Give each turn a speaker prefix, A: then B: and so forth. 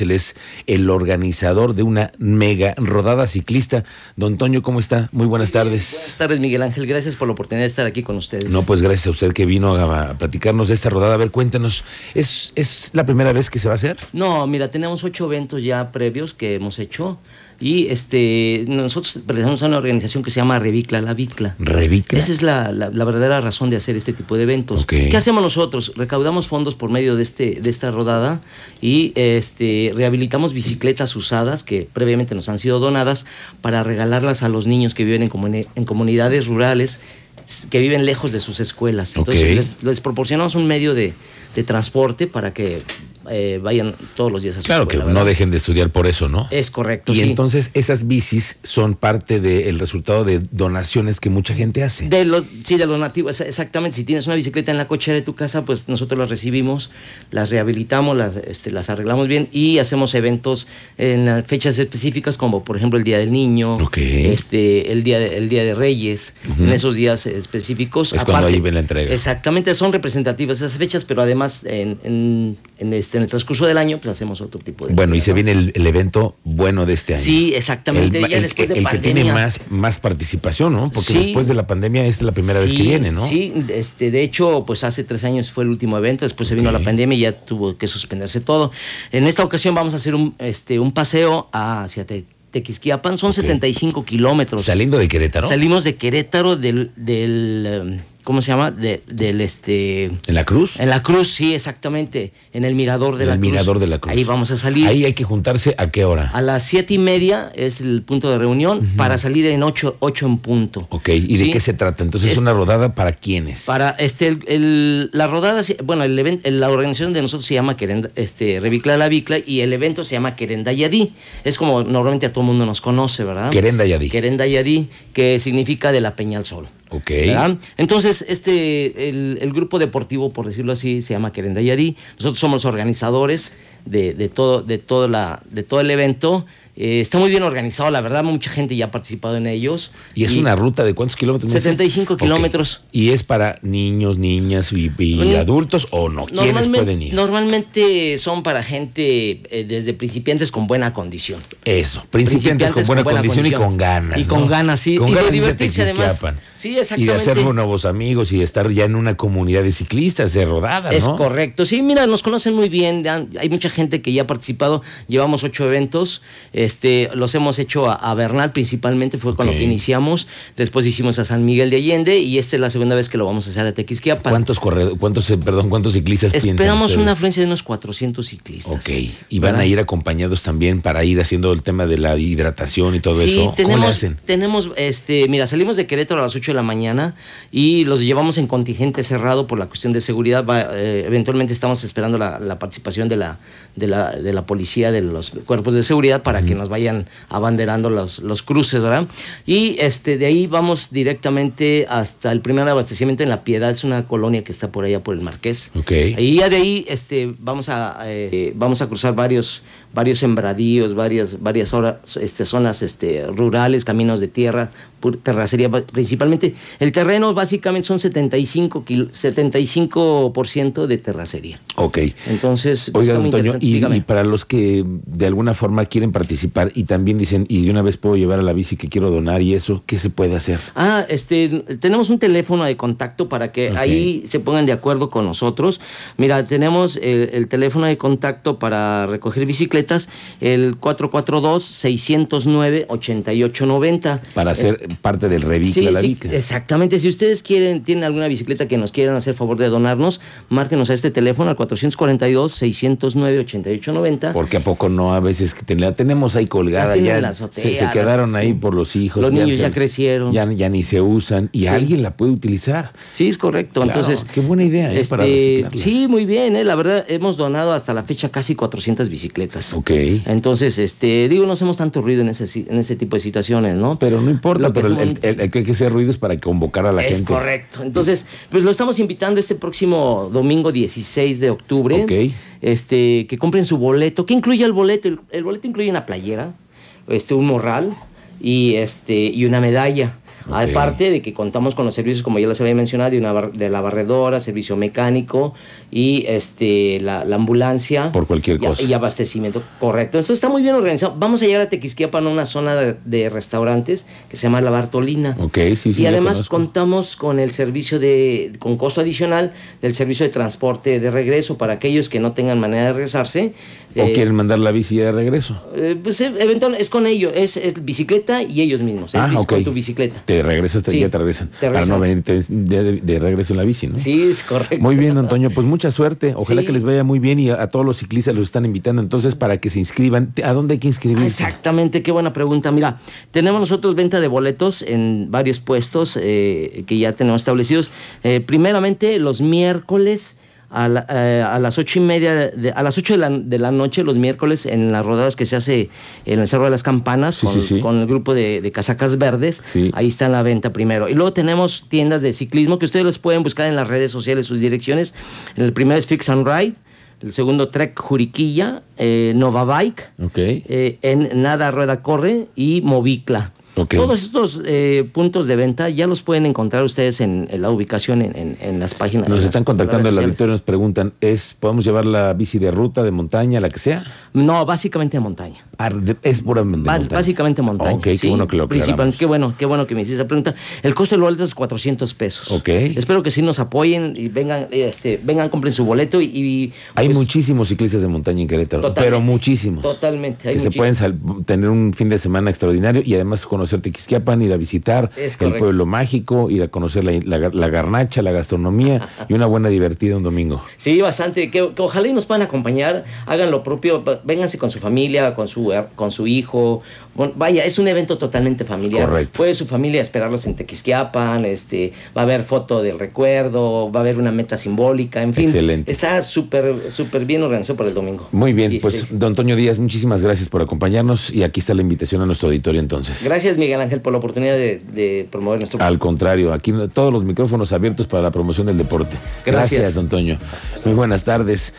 A: Él es el organizador de una mega rodada ciclista. Don Toño, ¿cómo está? Muy buenas tardes.
B: Buenas tardes, Miguel Ángel. Gracias por la oportunidad de estar aquí con ustedes.
A: No, pues gracias a usted que vino a, a platicarnos de esta rodada. A ver, cuéntanos, ¿es, ¿es la primera vez que se va a hacer?
B: No, mira, tenemos ocho eventos ya previos que hemos hecho. Y este nosotros pertenecemos a una organización que se llama Revicla la Vicla.
A: ¿Revicla?
B: Esa es la, la, la verdadera razón de hacer este tipo de eventos.
A: Ok.
B: ¿Qué hacemos nosotros? Recaudamos fondos por medio de, este, de esta rodada y este, rehabilitamos bicicletas usadas que previamente nos han sido donadas para regalarlas a los niños que viven en, comuni- en comunidades rurales s- que viven lejos de sus escuelas. Entonces
A: Ok.
B: les, les proporcionamos un medio de, de transporte para que eh, vayan todos los días a su
A: Claro que
B: escuela.
A: no
B: ¿verdad?
A: dejen de estudiar por eso, ¿no?
B: Es correcto.
A: y
B: sí.
A: entonces esas bicis son parte del resultado de donaciones que mucha gente hace.
B: De los, sí, de los nativos, exa- exactamente. Si tienes una bicicleta en la cochera de tu casa, pues nosotros las recibimos, las rehabilitamos, las, este, las arreglamos bien y hacemos eventos en las fechas específicas, como por ejemplo el Día del Niño,
A: Ok.
B: este, el, día de, el Día de Reyes, en esos días específicos.
A: Es cuando ahí ven la entrega.
B: Exactamente, son representativas esas fechas, pero además en, en- en este, en el transcurso del año, pues hacemos otro tipo de.
A: bueno, y
B: cosas,
A: se
B: ¿no?
A: viene el, el evento bueno de este año.
B: Sí, exactamente,
A: El,
B: ya
A: el-
B: después de
A: el que tiene
B: pandemia.
A: más, más participación, ¿no? Porque
B: Sí.
A: después de la pandemia es la primera vez que
B: Sí,
A: viene, ¿no?
B: Sí, este, de hecho, pues hace tres años fue el último evento, después se vino la pandemia y ya tuvo que suspenderse todo. En esta ocasión vamos a hacer un, este, un paseo hacia Te- Tequisquiapan, son
A: Ok.
B: 75 kilómetros.
A: Saliendo de Querétaro.
B: Salimos de Querétaro del, del, em, ¿cómo se llama? De- del este...
A: en la cruz.
B: En la Cruz, sí, exactamente, en el Mirador de
A: En
B: la
A: el
B: Cruz.
A: mirador de la cruz.
B: Ahí vamos a salir. Ah,
A: Ahí hay que juntarse a qué hora.
B: A las siete y media es el punto de reunión para salir en ocho, ocho en punto.
A: ok, ¿y de
B: Sí.
A: qué se trata? Entonces,
B: Es-
A: ¿es una rodada para quiénes?
B: Para este el, el- la rodada, se- bueno, el event- el- la organización de nosotros se llama Querenda- este Revicla la Vicla y el evento se llama Querenda Yadí. Es como normalmente a todo mundo nos conoce, ¿verdad?
A: Querenda Yadí.
B: Querenda Yadí, que significa de la peña al sol.
A: ok.
B: ¿verdad? Entonces, este, el, el grupo deportivo, por decirlo así, se llama Querenda Yadí. Nosotros somos los organizadores de, de todo, de, todo la, de todo el evento. Eh, está muy bien organizado, la verdad, mucha gente ya ha participado en ellos.
A: Y es una ruta de cuántos kilómetros? me dice?
B: 75
A: Ok.
B: kilómetros.
A: ¿Y es para niños, niñas y, y
B: Mm.
A: adultos o no? ¿Quiénes
B: Normalmente,
A: pueden ir?
B: normalmente son para gente eh, desde principiantes con buena condición.
A: Eso, principiantes, con buena, condición, y con ganas.
B: Y con
A: ¿no?
B: ganas, sí.
A: Con
B: Y de
A: ganas
B: divertirse,
A: irse a
B: además.
A: Tequisquiapan.
B: Sí,
A: Y de
B: exactamente.
A: hacer nuevos amigos y de estar ya en una comunidad de ciclistas, de rodada,
B: Es
A: Ah, ¿no?
B: correcto. Sí, mira, nos conocen muy bien. dan- Hay mucha gente que ya ha participado. Llevamos ocho eventos. Este, los hemos hecho a, a Bernal principalmente, fue con lo
A: Ok.
B: que iniciamos. Después hicimos a San Miguel de Allende y esta es la segunda vez que lo vamos a hacer a Tequisquiapan.
A: ¿Cuántos corredo- cuántos, eh, perdón, cuántos ciclistas piensan
B: Esperamos una
A: ustedes?
B: afluencia de unos 400 ciclistas.
A: Ok, y van
B: ¿verdad?
A: a ir acompañados también para ir haciendo el tema de la hidratación y todo
B: sí,
A: eso.
B: tenemos,
A: ¿Cómo le hacen?
B: tenemos, este, mira, salimos de Querétaro a las 8 de la mañana y los llevamos en contingente cerrado por la cuestión de seguridad. Va, eh, eventualmente estamos esperando la, la participación de la, de, la, de la policía, de los cuerpos de seguridad para que nos vayan abanderando los, los cruces, ¿verdad? Y este, de ahí vamos directamente hasta el primer abastecimiento en La Piedad, es una colonia que está por allá por el Marqués.
A: Ok.
B: Y ya de ahí este, vamos, a, eh, vamos a cruzar varios, varios sembradíos, varias, varias horas, este, zonas este, rurales, caminos de tierra, pur- terracería ba- principalmente. El terreno básicamente son 75%, kil- 75 de terracería.
A: Ok.
B: Entonces,
A: Oiga,
B: está
A: don
B: muy
A: Toño,
B: interesante.
A: y,
B: Dígame.
A: y para los que de alguna forma quieren participar y también dicen, y de una vez puedo llevar a la bici que quiero donar y eso, ¿qué se puede hacer?
B: Ah, este, tenemos un teléfono de contacto para que
A: Ok.
B: ahí se pongan de acuerdo con nosotros. Mira, tenemos el, el teléfono de contacto para recoger bicicletas, el 442-609-8890.
A: Para ser parte del Revicla
B: Eh, Sí,
A: la
B: sí,
A: Vica.
B: exactamente. Si ustedes quieren, tienen alguna bicicleta que nos quieran hacer favor de donarnos, márquenos a este teléfono al 442-609-8890.
A: Porque a poco no, a veces que te- la tenemos ahí colgada.
B: Las tienen
A: ya
B: en la azotea,
A: se, se
B: las-
A: quedaron ahí
B: sí.
A: por los hijos.
B: Los niños
A: se-
B: ya crecieron.
A: Ya, ya ni se usan y
B: Sí.
A: alguien la puede utilizar.
B: Sí, es correcto.
A: Claro,
B: Entonces, este,
A: qué buena idea, ¿eh? Para reciclarlas.
B: sí, muy bien. ¿eh? La verdad, hemos donado hasta la fecha casi 400 bicicletas.
A: Ok.
B: Entonces, este, digo, no hacemos tanto ruido en ese, si- en ese tipo de situaciones, ¿no?
A: Pero no importa,
B: Lo que
A: pero el,
B: hacemos-
A: el- el- el que hay que hacer ruido es para convocar a la
B: es
A: gente.
B: correcto. Entonces, pues lo estamos invitando este próximo domingo 16 de octubre.
A: Ok.
B: Este, que compren su boleto. ¿Qué incluye el boleto? El, el boleto incluye una playera, este, un morral y, este, y una medalla.
A: Ok.
B: Aparte de que contamos con los servicios, como ya les había mencionado, de, una bar- de la barredora, servicio mecánico y este la, la ambulancia.
A: Por cualquier
B: Y a-
A: cosa.
B: Y abastecimiento, correcto. Esto está muy bien organizado. Vamos a llegar a Tequisquiapan a una zona de, de restaurantes que se llama La Bartolina.
A: Ok, sí, sí.
B: y
A: la
B: además
A: conozco.
B: contamos con el servicio de, con costo adicional del servicio de transporte de regreso para aquellos que no tengan manera de regresarse.
A: O
B: Eh,
A: quieren mandar la bici de regreso.
B: eh, pues eh, eventualmente es con ellos, es, es bicicleta y ellos mismos, es
A: Ah,
B: bici-
A: ok.
B: con tu bicicleta.
A: Te regresas, te-
B: Sí,
A: ya te regresan.
B: te
A: Para no venirte
B: regresan.
A: de, de- de regreso en la bici, ¿no?
B: Sí, es correcto.
A: Muy bien, Antonio, pues mucha suerte. Ojalá
B: Sí.
A: que les vaya muy bien y a, a todos los ciclistas los están invitando entonces para que se inscriban. ¿A dónde hay que
B: Ah,
A: inscribirse?
B: Exactamente, qué buena pregunta. Mira, tenemos nosotros venta de boletos en varios puestos eh, que ya tenemos establecidos. Eh, primeramente, los miércoles a, la- eh, a las ocho y media, de, a las ocho de la, de la noche, los miércoles, en las rodadas que se hace en el Cerro de las Campanas
A: Sí,
B: con,
A: sí, sí.
B: con el grupo de, de casacas verdes.
A: Sí.
B: Ahí está en la venta primero. Y luego tenemos tiendas de ciclismo que ustedes los pueden buscar en las redes sociales, sus direcciones. El primero es Fix and Ride. El segundo, Trek Juriquilla, eh, Nova Bike,
A: Ok.
B: eh, en Nada Rueda Corre y Movicla.
A: Ok.
B: Todos estos eh, puntos de venta ya los pueden encontrar ustedes en, en la ubicación en, en- en las páginas. en
A: Nos
B: las-
A: están
B: en
A: contactando de
B: las
A: la
B: redes
A: Victoria y nos preguntan, ¿es, ¿podemos llevar la bici de ruta, de montaña, la que sea?
B: sociales. No, básicamente de montaña.
A: Ah, de- es pura de
B: Ba-
A: montaña.
B: Básicamente montaña.
A: Ok, qué
B: sí,
A: bueno que lo
B: principal.
A: aclaramos.
B: Qué bueno, qué bueno que me hiciste la pregunta. El costo del boleto es 400 pesos.
A: Ok.
B: Espero que sí nos apoyen y vengan, este, vengan, compren su boleto y... y,
A: Hay
B: pues,
A: muchísimos ciclistas de montaña en Querétaro,
B: Totalmente.
A: pero muchísimos.
B: Totalmente, hay
A: que se
B: muchísimos.
A: pueden sal- tener un fin de semana extraordinario y además conocer Tequisquiapan, ir a visitar
B: Es
A: el
B: correcto.
A: pueblo mágico, ir a conocer la, la- la garnacha, la gastronomía y una buena divertida un domingo.
B: Sí, bastante. Que, que ojalá y nos puedan acompañar, hagan lo propio, va- vénganse con su familia, con su, her- con su hijo. Bueno, vaya, es un evento totalmente familiar.
A: Correcto.
B: Puede su familia esperarlos en Tequisquiapan, este, va a haber foto del recuerdo, va a haber una meta simbólica, en fin.
A: Excelente.
B: Está súper, súper bien organizado para el domingo.
A: Muy bien,
B: 16.
A: pues don Antonio Díaz, muchísimas gracias por acompañarnos y aquí está la invitación a nuestro auditorio entonces.
B: Gracias, Miguel Ángel, por la oportunidad de, de promover nuestro
A: Al contrario, aquí no- todos los micrófonos abiertos para la promoción del deporte.
B: Gracias.
A: Gracias, don Toño. Muy buenas tardes.